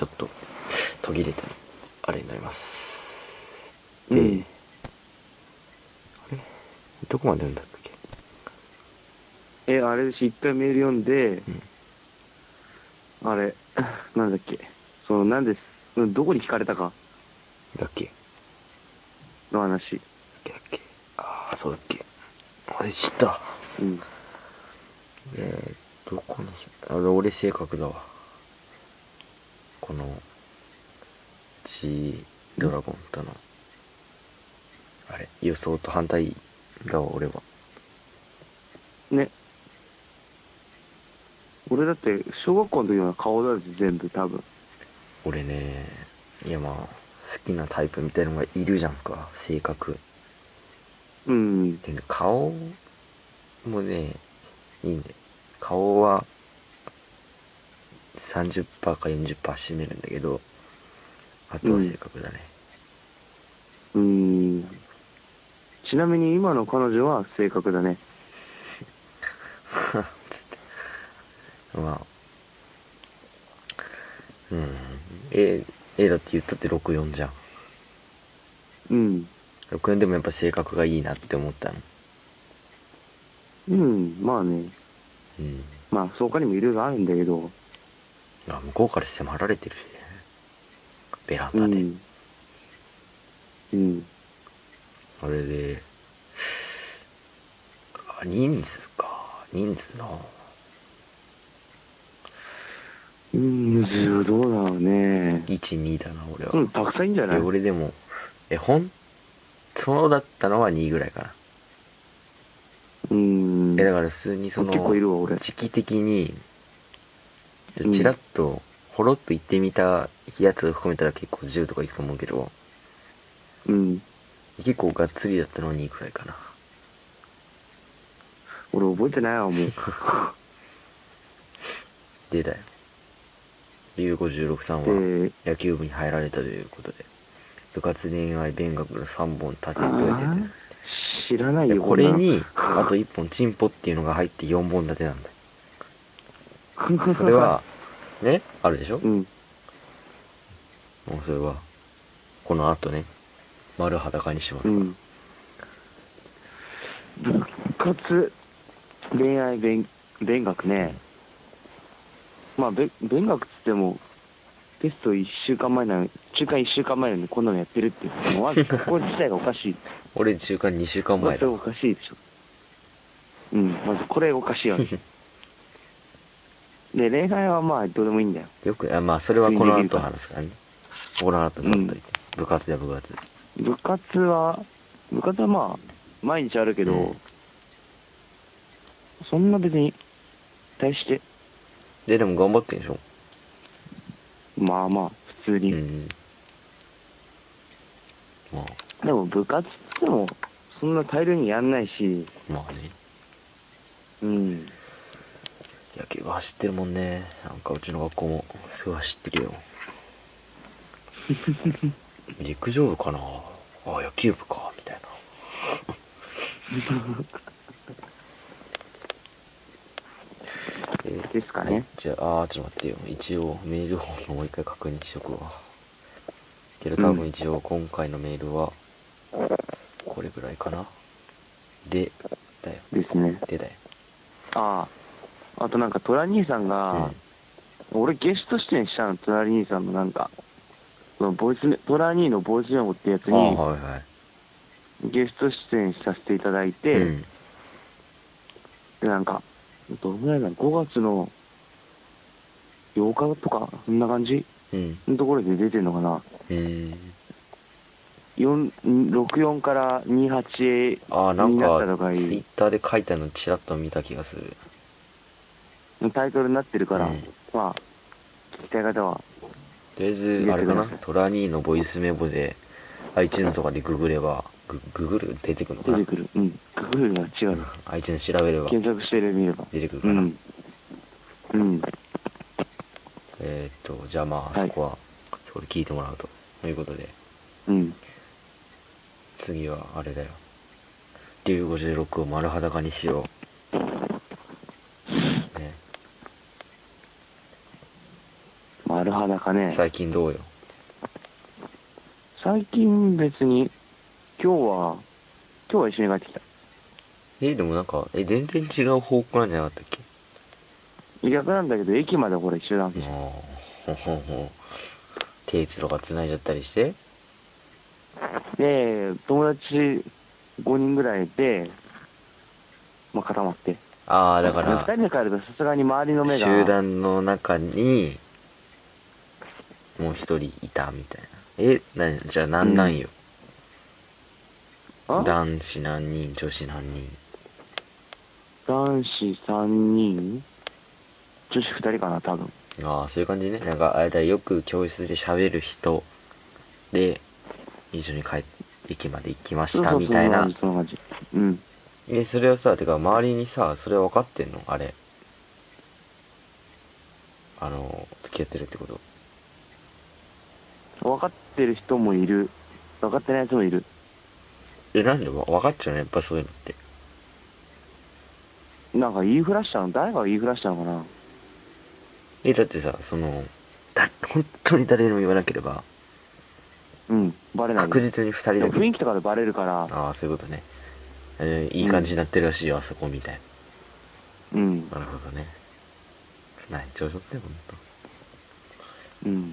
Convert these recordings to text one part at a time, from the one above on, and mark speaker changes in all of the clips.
Speaker 1: ょっと途切れてあれになります
Speaker 2: う
Speaker 1: で、
Speaker 2: ん。
Speaker 1: あれどこまで読んだっけ
Speaker 2: え、あれです、一回メール読んで、
Speaker 1: うん
Speaker 2: あれ、 なんだっけ、その、なんです、うんどこに聞かれたか
Speaker 1: だっけ
Speaker 2: の話。
Speaker 1: だっけだっけああそうだっけあれ知った
Speaker 2: うん。
Speaker 1: えー、どこにあの俺性格だわこの G ドラゴンとのあれ予想と反対だわ俺は
Speaker 2: ね。俺だって、小学校の時の顔だし、全部、多分。
Speaker 1: 俺ねいやまあ好きなタイプみたいのがいるじゃんか性格
Speaker 2: うん。
Speaker 1: でね顔もねいいね顔は30%か40%占めるんだけどあとは性格だね、
Speaker 2: うん。ちなみに今の彼女は性格だね。
Speaker 1: つってまあうん A, A だって言ったって64じゃん
Speaker 2: うん。
Speaker 1: 64でもやっぱ性格がいいなって思ったの
Speaker 2: うん、まあね。
Speaker 1: うん
Speaker 2: まあ、そ他にもいろいろあるんだけど。
Speaker 1: まあ向こうから迫られてるしねベラン
Speaker 2: う
Speaker 1: ダで、
Speaker 2: ん。うん。
Speaker 1: あれであ人数か人数な
Speaker 2: うん、むずいどうだろうね。
Speaker 1: 12だな俺は、
Speaker 2: うん、たくさんいいんじゃない
Speaker 1: で俺でもえほんそうだったのは2ぐらいかな、
Speaker 2: うん。
Speaker 1: えだから普通にその
Speaker 2: 結構いるわ、俺。
Speaker 1: 時期的に
Speaker 2: うん
Speaker 1: ちらっとほろっと行ってみたやつを含めたら結構10とかいくと思うけど
Speaker 2: うん。
Speaker 1: 結構がっつりだったのにくらいかな
Speaker 2: 俺覚えてない わ、もう。
Speaker 1: でだよゆうこ16さんは
Speaker 2: で、
Speaker 1: 野球部に入られたということで部活恋愛勉学の3本立て
Speaker 2: あ
Speaker 1: と
Speaker 2: ー
Speaker 1: いて
Speaker 2: 知らない
Speaker 1: てで
Speaker 2: よ、
Speaker 1: これ
Speaker 2: んなの。
Speaker 1: にあと1本チンポっていうのが入って4本立てなんだよ それはねあるでしょ
Speaker 2: うん。
Speaker 1: もうそれはこの後ね丸裸にします
Speaker 2: う
Speaker 1: から
Speaker 2: ん。部活、恋愛、勉、勉学ね。まあ、べ勉学っつっても、テスト1週間前なのに、中間1週間前なのにこんなのやってるっていうのは、これ自体がおかしい。
Speaker 1: 俺中間2週間
Speaker 2: ま
Speaker 1: 前
Speaker 2: ずそ
Speaker 1: だ
Speaker 2: れおかしいでしょ。うん、まずこれおかしいわけ。で、恋愛はまあ、どうでもいいんだよ。
Speaker 1: よくあまあそれはこの後話すからねこの後取っといて、部活や部活
Speaker 2: 部活は、部活はまあ、毎日あるけど、
Speaker 1: うん
Speaker 2: そんな別に、対して、
Speaker 1: ででも頑張ってんでしょ
Speaker 2: まあまあ、普通
Speaker 1: う
Speaker 2: に。
Speaker 1: んまあ
Speaker 2: でも部活っても、そんな大量にやんないし、
Speaker 1: まあね
Speaker 2: うん。
Speaker 1: 野球部走ってるもんねなんかうちの学校もすぐ走ってるよ陸上部かなあ野球部かみたいなえ
Speaker 2: ですかね。
Speaker 1: じゃあ、あーちょっと待ってよ。一応、メールをもう一回確認しとくわ。けど多分一応、今回のメールは、これぐらいかな。で、だよ。
Speaker 2: ですね。
Speaker 1: でだよ。
Speaker 2: ああ。あとなんか、トラ兄さんが、俺ゲスト出演したの、トラ兄さんのなんか、そのボイスメ、トラ兄のボイスメモってやつ
Speaker 1: うん。あ
Speaker 2: に、
Speaker 1: はいはい。
Speaker 2: ゲスト出演させていただいて、
Speaker 1: うん。
Speaker 2: で、なんか、どのぐらいだろう、5月の8日とか、そんな感じ
Speaker 1: うん。
Speaker 2: のところで出てんのかな。
Speaker 1: うん。
Speaker 2: 4 64から28へ
Speaker 1: あーなん
Speaker 2: になったの
Speaker 1: か、
Speaker 2: がいい
Speaker 1: ツイッターで書いたのチラッと見た気がする。
Speaker 2: のタイトルになってるから、
Speaker 1: うん
Speaker 2: まあ、聞きたい方は、
Speaker 1: とりあえず、あれか
Speaker 2: 入れて
Speaker 1: な
Speaker 2: ください
Speaker 1: トラニーのボイスメモで、iTunes とかでググれば、グググる出てくるのかな
Speaker 2: 出てくる。うん。ググルが違う。
Speaker 1: ?iTunes 調べれば
Speaker 2: 検索してみれば。
Speaker 1: 出てくる
Speaker 2: う
Speaker 1: かな。
Speaker 2: ん。うん。
Speaker 1: えーっと、じゃあまあ、
Speaker 2: はい
Speaker 1: そこは、そこで聞いてもらうと。ということで、
Speaker 2: うん。
Speaker 1: 次はあれだよ。竜56を丸裸にしよう。ね。
Speaker 2: 丸裸かね
Speaker 1: 最近どうよ
Speaker 2: 最近別に今日は今日は一緒に帰ってき
Speaker 1: えでもなんかえ全然違う方向なんじゃなかったっけ
Speaker 2: た逆なんだけど駅までほら一緒なんで
Speaker 1: ああほほほ手つとか繋いじゃったりして
Speaker 2: で友達5人ぐらいで、まあ、固まって
Speaker 1: ああだか
Speaker 2: 2人
Speaker 1: ら
Speaker 2: で帰るとさすがに周りの目が
Speaker 1: 集団の中にもう一人いたみたいなえなじゃあなんなんよ、
Speaker 2: あ
Speaker 1: 男子何人女子何人
Speaker 2: 男子3人女子2人かな多分
Speaker 1: ああそういう感じねなんかあれだよく教室で喋る人で一緒に帰って駅まで行きましたみたいな
Speaker 2: そうそうそんな感じそんな感
Speaker 1: えそれはさてか周りにさそれ分かってんのあれあの付き合ってるってこと
Speaker 2: じうん分かってる人もいる分かってない人もいる
Speaker 1: えなんでわ分かっちゃうのやっぱそういうのって
Speaker 2: なんか言いふらしたの誰が言いふらしたのかな
Speaker 1: えだってさそのだ本当に誰にも言わなければ
Speaker 2: うんバレない
Speaker 1: 確実に2人
Speaker 2: で
Speaker 1: だ
Speaker 2: も雰
Speaker 1: け
Speaker 2: 囲気とかでバレるから
Speaker 1: ああそういうことね、えーいい感じになってるらしいよ、あそこみたい
Speaker 2: うん
Speaker 1: ななるほどねない上昇ってほんと
Speaker 2: う
Speaker 1: っ
Speaker 2: ん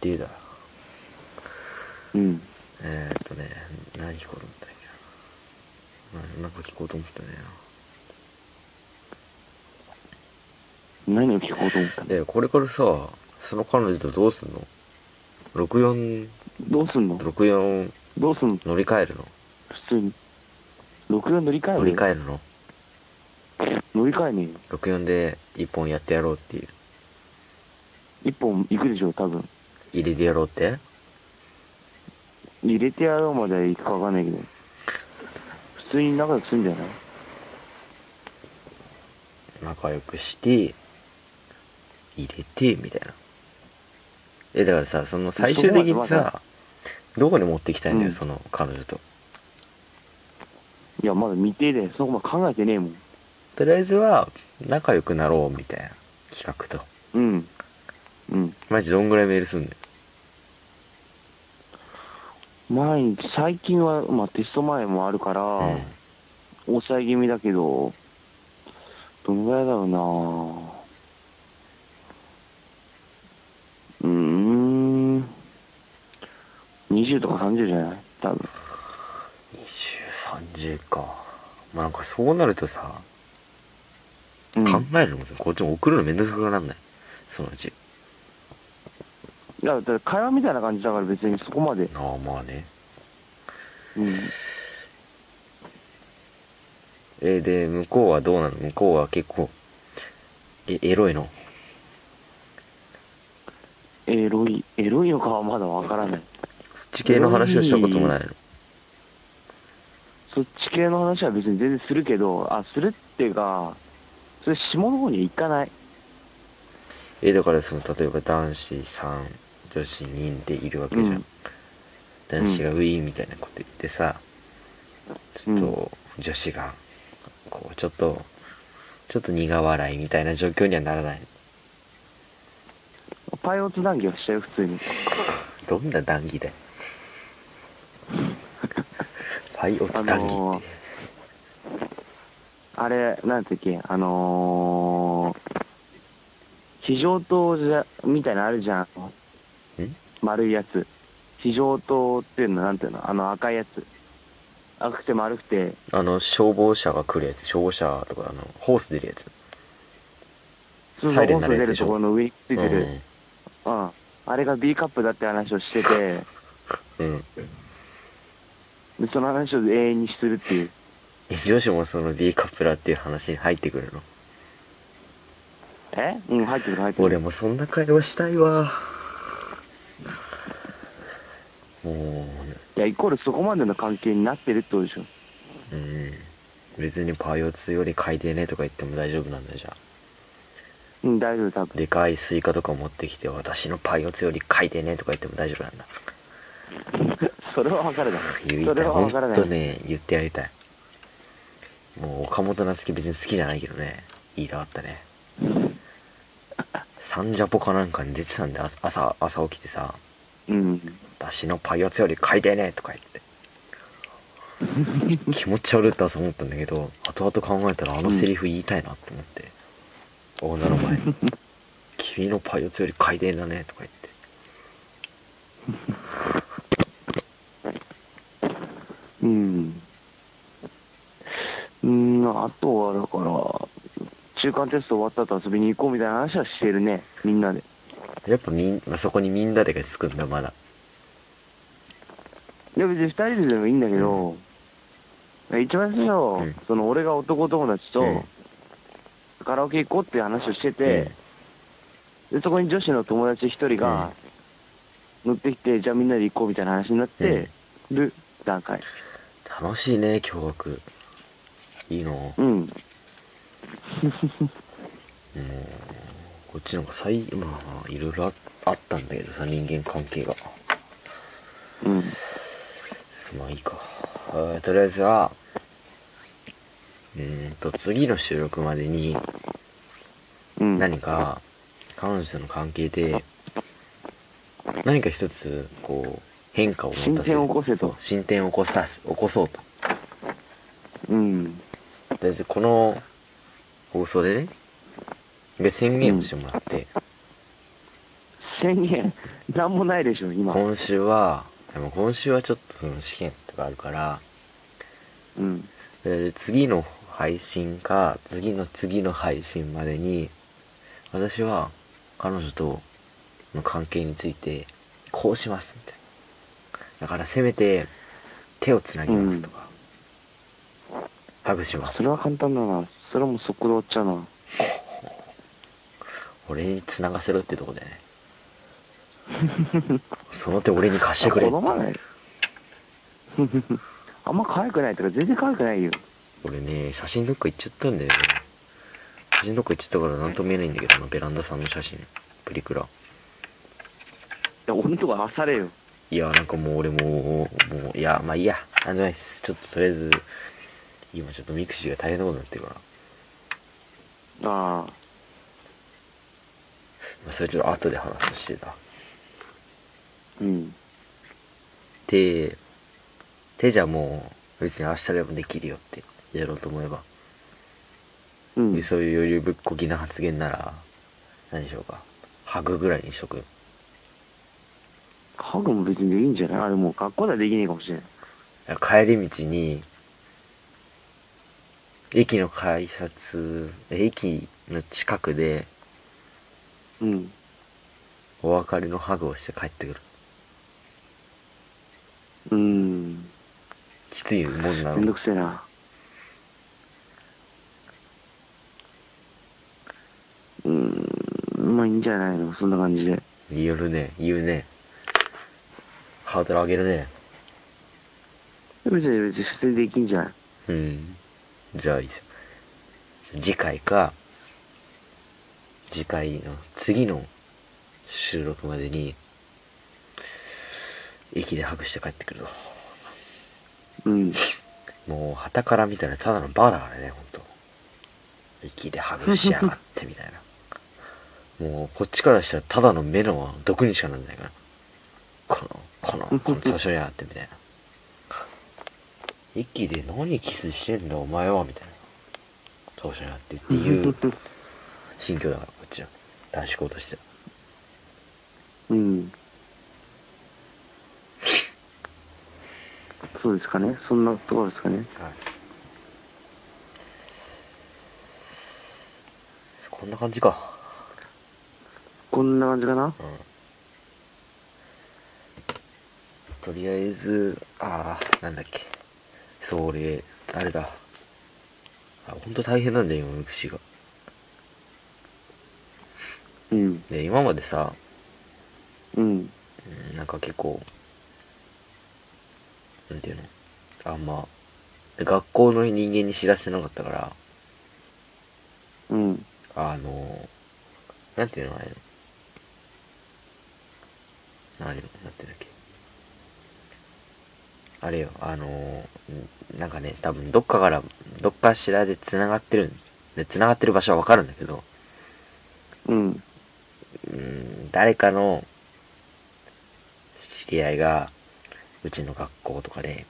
Speaker 1: ていうだろ
Speaker 2: うん
Speaker 1: えー、っとね何聞こうと思ったんやけどななんか聞こうと思ったね
Speaker 2: 何を聞こうと思ったの
Speaker 1: でこれからさその彼女とどうすんの64
Speaker 2: どうすんの
Speaker 1: 64
Speaker 2: どうすんの
Speaker 1: 乗り換えるの
Speaker 2: 普通に64乗り換える
Speaker 1: 乗り換えるの
Speaker 2: 乗り換えねえよ
Speaker 1: 64で一本やってやろうっていう
Speaker 2: 一本行くでしょ多分
Speaker 1: 入れてやろうって
Speaker 2: 入れてやろうまでは行くか分かんないけど普通に仲良くすんじゃない
Speaker 1: 仲良くして入れてみたいなえだからさその最終的に
Speaker 2: そこまでま
Speaker 1: さどこに持ってきたいんだよ、
Speaker 2: うん
Speaker 1: その彼女と
Speaker 2: いやまだ未定でそこまで考えてねえもん
Speaker 1: とりあえずは仲良くなろうみたいな企画と
Speaker 2: うんうん
Speaker 1: マジどんぐらいメールすんのよ
Speaker 2: 毎日最近は、まあ、テスト前もあるから、
Speaker 1: うん
Speaker 2: 抑え気味だけどどのぐらいだろうなうーん20とか30じゃない多分
Speaker 1: 2030かまあなんかそうなるとさ、
Speaker 2: うん
Speaker 1: 考えるのもこっちも送るのめんどくさくなんないそのうち
Speaker 2: いやだから会話みたいな感じだから別にそこまで
Speaker 1: ああまあね
Speaker 2: うん
Speaker 1: えーで向こうはどうなの向こうは結構えエロいの
Speaker 2: エロいエロいのかはまだわからない
Speaker 1: そっち系の話をしたこともないの
Speaker 2: そっち系の話は別に全然するけどあするっていうかそれ下の方には行かない
Speaker 1: えだからその例えば男子3女子2でいるわけじゃん、
Speaker 2: うん
Speaker 1: 男子が「ウィー」みたいなこと言ってさちょっと女子がこうちょっとちょっと苦笑いみたいな状況にはならない
Speaker 2: パイオツ談義はしたよ普通に
Speaker 1: どんな談義 だよパイオツ談義って、
Speaker 2: あのーあれなんて言うっけあのー、非常灯じゃみたいなのあるじゃん
Speaker 1: ん
Speaker 2: 丸いやつ非常灯っていうのなんていうのあの赤いやつ赤くて丸くて
Speaker 1: あの消防車が来るやつ消防車とかあのホース出るやつサイレン鳴るやつでしょ
Speaker 2: ホース出るところの上についてる、
Speaker 1: うん
Speaker 2: うん、あれが B カップだって話をしてて、
Speaker 1: うん
Speaker 2: でその話を永遠にするっていう。
Speaker 1: え女子もその B カップラっていう話に入ってくるの
Speaker 2: えうん、入ってる、入ってる。
Speaker 1: 俺もそんな会話したいわもう
Speaker 2: いや、イコールそこまでの関係になってるってことでしょ。
Speaker 1: うん別にパイオツより買いてねとか言っても大丈夫なんだじゃん
Speaker 2: うん、大丈夫、多分。
Speaker 1: でかいスイカとか持ってきて私のパイオツより買いてねとか言っても大丈夫なんだ
Speaker 2: それは分かるだ
Speaker 1: 言い
Speaker 2: そ
Speaker 1: た
Speaker 2: れ
Speaker 1: い
Speaker 2: は
Speaker 1: ほ
Speaker 2: 分
Speaker 1: ん
Speaker 2: からない。
Speaker 1: とね言ってやりたい もう岡本夏樹別に好きじゃないけどね言いたかったねサンジャポかなんかに出てたんで朝朝朝起きてさ
Speaker 2: うん。
Speaker 1: 「私のパイオツより買いて えね」とか言って気持ち悪いって朝思ったんだけど後々考えたらあのセリフ言いたいなと思って、女の前に「君のパイオツより買いてえんだね」とか言って
Speaker 2: うん。うん、あとはだから、中間テスト終わった後遊びに行こうみたいな話はしてるね、みんなで。
Speaker 1: やっぱみん、まあ、そこにみんなでがつくんだまだ
Speaker 2: いや別に二人ででもいいんだけど、一番最初、
Speaker 1: ん
Speaker 2: その俺が男友達と、
Speaker 1: うん
Speaker 2: カラオケ行こうっていう話をしてて、でそこに女子の友達一人が、乗ってきて、じゃあみんなで行こうみたいな話になってる段階。
Speaker 1: 楽しいね驚愕いいのもう
Speaker 2: うん。
Speaker 1: こっちの方が最まあまあいろいろああったんだけどさ人間関係が
Speaker 2: うん。
Speaker 1: まあいいか、えーとりあえずはうーんと次の収録までに
Speaker 2: うん。
Speaker 1: 何か彼女との関係で何か一つこう変化を持たせ
Speaker 2: 進展を起こせと
Speaker 1: そう進展を起こさす起こそうと
Speaker 2: うん。
Speaker 1: とりあえずこの放送でねで宣言をしてもらって、
Speaker 2: 宣言、なんもないでしょ、今。
Speaker 1: 今週はでも今週はちょっとその試験とかあるから
Speaker 2: うん。
Speaker 1: で次の配信か次の次の配信までに私は彼女との関係についてこうしますみたいなだからせめて手をつなぎますとか、ハグします
Speaker 2: それは簡単だな。それはもうそこで終わっちゃうな。
Speaker 1: 俺に繋がせろってとこだよね その手俺に貸してくれ
Speaker 2: 好まない。 あんま可愛くないとか、全然可愛くないよ。
Speaker 1: 俺ね写真どっか行っちゃったんだよね写真どっか行っちゃったから何とも言えないんだけどあのベランダさんの写真プリクラ
Speaker 2: いや、俺のとこ合わされよ。
Speaker 1: いやなんかもう俺もうもういやまあいいやなんじゃないっすちょっととりあえず今ちょっとミクシーが大変なことになってるから、
Speaker 2: ああ。
Speaker 1: まあ、それちょっと後で話してた
Speaker 2: うん。
Speaker 1: で手じゃもう別に明日でもできるよってやろうと思えば、
Speaker 2: うん。
Speaker 1: そういう余裕ぶっこきな発言なら何でしょうかハグぐらいにしとく
Speaker 2: ハグも別にいいんじゃないあれもう学校ではできねえかもしれない。
Speaker 1: 帰り道に駅の改札駅の近くで
Speaker 2: うん。
Speaker 1: お別れのハグをして帰ってくる
Speaker 2: うん。
Speaker 1: きついもんな
Speaker 2: めんど
Speaker 1: の
Speaker 2: くせえな。うん。まあいいんじゃないのそんな感じで。
Speaker 1: 言うね言うねハードル上げるね
Speaker 2: 別に別に普通にできんじゃない
Speaker 1: うんじゃあいいですよ次回か次回の次の収録までに駅でハグして帰ってくると
Speaker 2: うん。
Speaker 1: もう旗から見たらただのバーだからねほんと息でハグしやがってみたいなもうこっちからしたらただの目の毒にしかなんないからこのこのこの最初やがってみたいな息で何キスしてんだお前はみたいな最初やがってっていう心境だからこっちは男子校としては
Speaker 2: うん。そうですかね。そんなところですかね。
Speaker 1: はいこんな感じか
Speaker 2: こんな感じかな
Speaker 1: うんとりあえずああなんだっけそう俺あれだあほんと大変なんだよ今ミクシーが
Speaker 2: うん。
Speaker 1: で今までさ
Speaker 2: うん。
Speaker 1: うんなんか結構なんていうのあんま学校の人間に知らせてなかったから
Speaker 2: うん。
Speaker 1: あのなんていうのあれのあれのなんていうんだっけあれよあのんなんかね多分どっかからどっかしらでつながってるんでつながってる場所はわかるんだけど
Speaker 2: うん。
Speaker 1: うん、誰かの知り合いが、うちの学校とかで、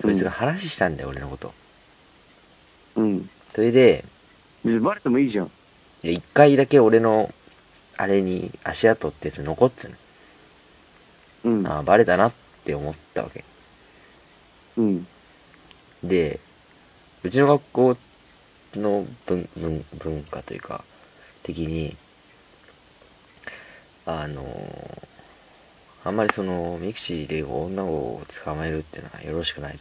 Speaker 1: そいつが話したんだよ、俺のこと。
Speaker 2: うん。
Speaker 1: それで、
Speaker 2: 別にバレてもいいじゃん。
Speaker 1: いや一回だけ俺の、あれに足跡ってやつ残ってたの。
Speaker 2: うん。
Speaker 1: ああ、バレたなって思ったわけ。
Speaker 2: うん。
Speaker 1: で、うちの学校の文文文化というか、的に、あのーあんまりその、ミクシーで女を捕まえるっていうのはよろしくない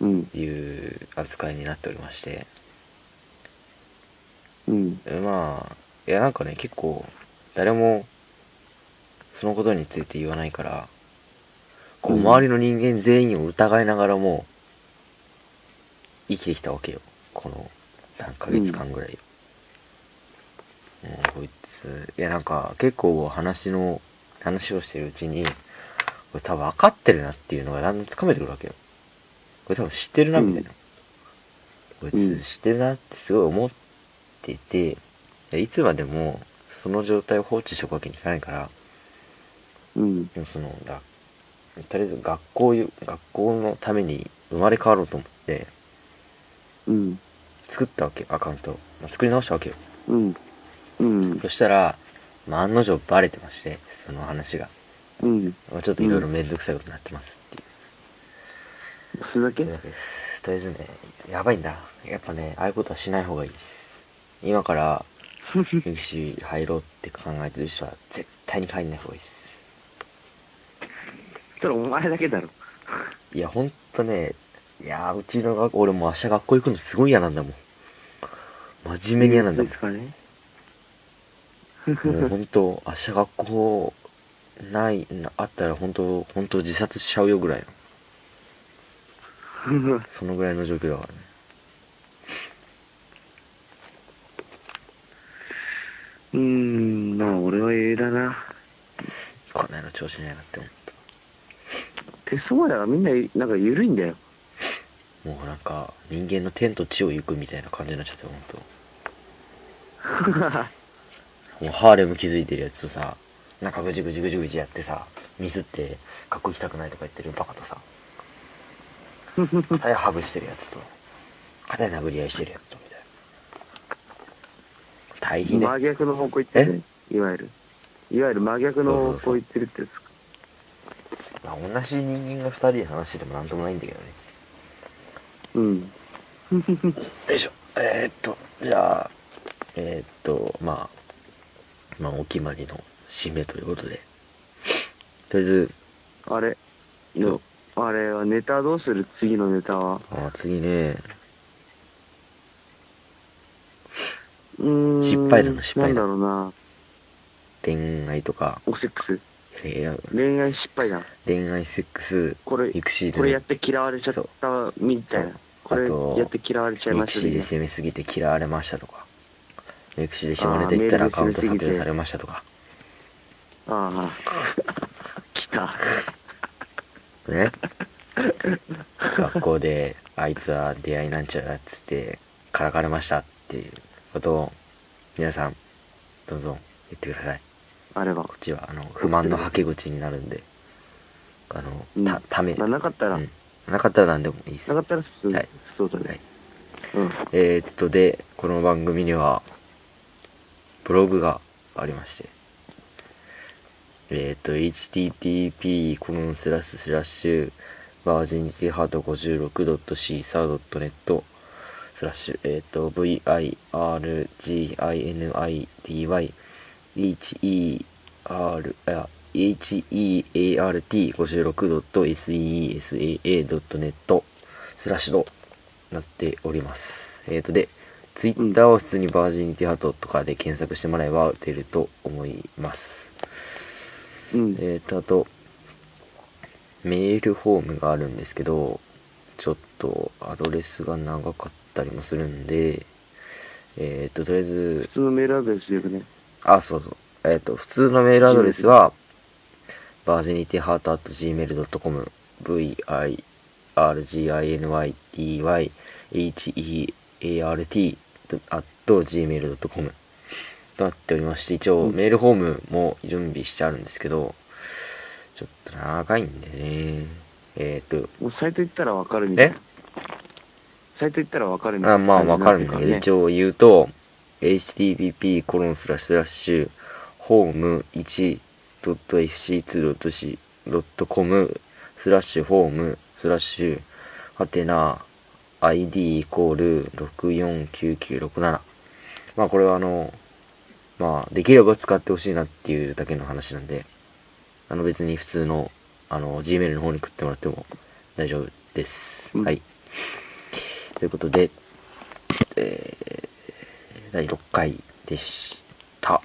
Speaker 2: うん。
Speaker 1: という扱いになっておりまして、
Speaker 2: うん。
Speaker 1: えまあ、いやなんかね、結構、誰も、そのことについて言わないから、こう、
Speaker 2: うん
Speaker 1: 周りの人間全員を疑いながらも、生きてきたわけよ。この、何ヶ月間ぐらい。もう、こいつ、いやなんか、結構話の、話をしてるうちに、これ多分分かってるなっていうのがだんだんつかめてくるわけよ。これ多分知ってるな、みたいな。こいつ知ってるなってすごい思ってて、いやいつまでもその状態を放置しておくわけにいかないから、
Speaker 2: うん。
Speaker 1: でもその、だとりあえず学校よ、学校のために生まれ変わろうと思って、
Speaker 2: うん。
Speaker 1: 作ったわけ、アカウントを。まあ作り直したわけよ。
Speaker 2: うん。うん。
Speaker 1: そしたら、まあ、案の定バレてまして、その話が。
Speaker 2: うん。
Speaker 1: まあちょっといろいろめんどくさいことになってますっていう。
Speaker 2: それだ
Speaker 1: と
Speaker 2: け
Speaker 1: いうわけです。とりあえずね、やばいんだ。やっぱね、ああいうことはしない方がいいです。今から、ミクシー入ろうって考えてる人は、絶対に入んない方がいいです。
Speaker 2: それお前だけだろ。
Speaker 1: いや、ほんとね、いやー、うちの学校、俺もう明日学校行くのすごい嫌なんだもん。真面目に嫌なんだも
Speaker 2: ですかね。
Speaker 1: ん。もうほんと、明日学校、ない、なあったらほんと、ほんと自殺しちゃうよぐらいの。そのぐらいの状況だからね。
Speaker 2: うーん、まあ俺は余裕だな。
Speaker 1: こんなの調子にやがって思った。
Speaker 2: テスト前だからみんななんか緩いんだよ。
Speaker 1: もうなんか人間の天と地を行くみたいな感じになっちゃってほんともうハーレム気づいてるやつとさなんかぐじぐじぐじぐじやってさミスって学校行きたくないとか言ってるバカとさ片やハグしてるやつと片や殴り合いしてるやつとみたいな大変ね
Speaker 2: 真逆の方向行ってるね。いわゆる。いわゆる真逆の
Speaker 1: そうそう
Speaker 2: 方
Speaker 1: そう
Speaker 2: 向行ってるってやつか。
Speaker 1: まあ、同じ人間が2人で話しててもなんともないんだけどね
Speaker 2: うん。
Speaker 1: よいしょえー、っとじゃあえー、っとまあまあお決まりの締めということでとりあえず
Speaker 2: あれ、
Speaker 1: そう
Speaker 2: あれはネタどうする次のネタは。
Speaker 1: ああ次ね
Speaker 2: うーん。
Speaker 1: 失敗だな失敗だ
Speaker 2: なんだろうな。
Speaker 1: 恋愛とか
Speaker 2: おセックス。
Speaker 1: 恋愛
Speaker 2: 恋愛失敗だ。
Speaker 1: 恋愛セックス
Speaker 2: これ、
Speaker 1: ミクシーでね
Speaker 2: これやって嫌われちゃったみたい
Speaker 1: そ
Speaker 2: な
Speaker 1: う。
Speaker 2: こ
Speaker 1: あ
Speaker 2: れ
Speaker 1: と
Speaker 2: やって嫌われちゃい
Speaker 1: ミ
Speaker 2: ま
Speaker 1: ク
Speaker 2: し
Speaker 1: シ
Speaker 2: た
Speaker 1: ーで
Speaker 2: ね。
Speaker 1: 攻めすぎて嫌われましたとかミクシーで下ネタ言ったら
Speaker 2: あ
Speaker 1: ア
Speaker 2: ー
Speaker 1: カウント
Speaker 2: メール
Speaker 1: 削
Speaker 2: で攻めすぎて
Speaker 1: 除されましたとか
Speaker 2: あ あ。来た。
Speaker 1: ね 学校であいつは出会いなんちゃらっつってからかれましたっていうことを皆さんどんどん言ってください
Speaker 2: あれば
Speaker 1: こ。っちはあの不満のはけ口になるんであ
Speaker 2: う
Speaker 1: の
Speaker 2: ん
Speaker 1: たため、
Speaker 2: まあなかったら、
Speaker 1: うんなかったら何でもいいです
Speaker 2: なかったら普通に、
Speaker 1: はい
Speaker 2: そうだね。
Speaker 1: はい
Speaker 2: うん。
Speaker 1: えーっとでこの番組にはブログがありましてえーっと http コロンスラッシュスラッシュバージニティハート 56.caesar.net スラッシュえーっと virginity 1er あ heart56.seesaa.net スラッシュとなっております。えっ、と、で、ツイッターは普通にバージニティハートとかで検索してもらえば出ると思います。
Speaker 2: うん。
Speaker 1: えっ、と、あと、メールフォームがあるんですけど、ちょっとアドレスが長かったりもするんで、えっ、と、とりあえず
Speaker 2: 普、通のメールアドレスでよくね。
Speaker 1: あ、そうそう。えっ、と、普通のメールアドレスは、バージニティハート at gmail.com virginityheart at gmail.com となっておりまして、一応メールフォームも準備してあるんですけど、ちょっと長いんでね。えっ、と、
Speaker 2: もうサイト行ったらわかるみたいな。サイト行ったらわかるみた
Speaker 1: あ
Speaker 2: いな。
Speaker 1: まあわかるんだけど、一応言うと、http コロンスラッシュスラッシュ、ホーム 1.fc2.c.com スラッシュホームスラッシュ、はてな、id イコール649967。まあこれはあの、まあできれば使ってほしいなっていうだけの話なんで、あの別に普通の、あの、Gmail の方に送ってもらっても大丈夫です。
Speaker 2: うん
Speaker 1: はい。ということで、えー、第6回でした。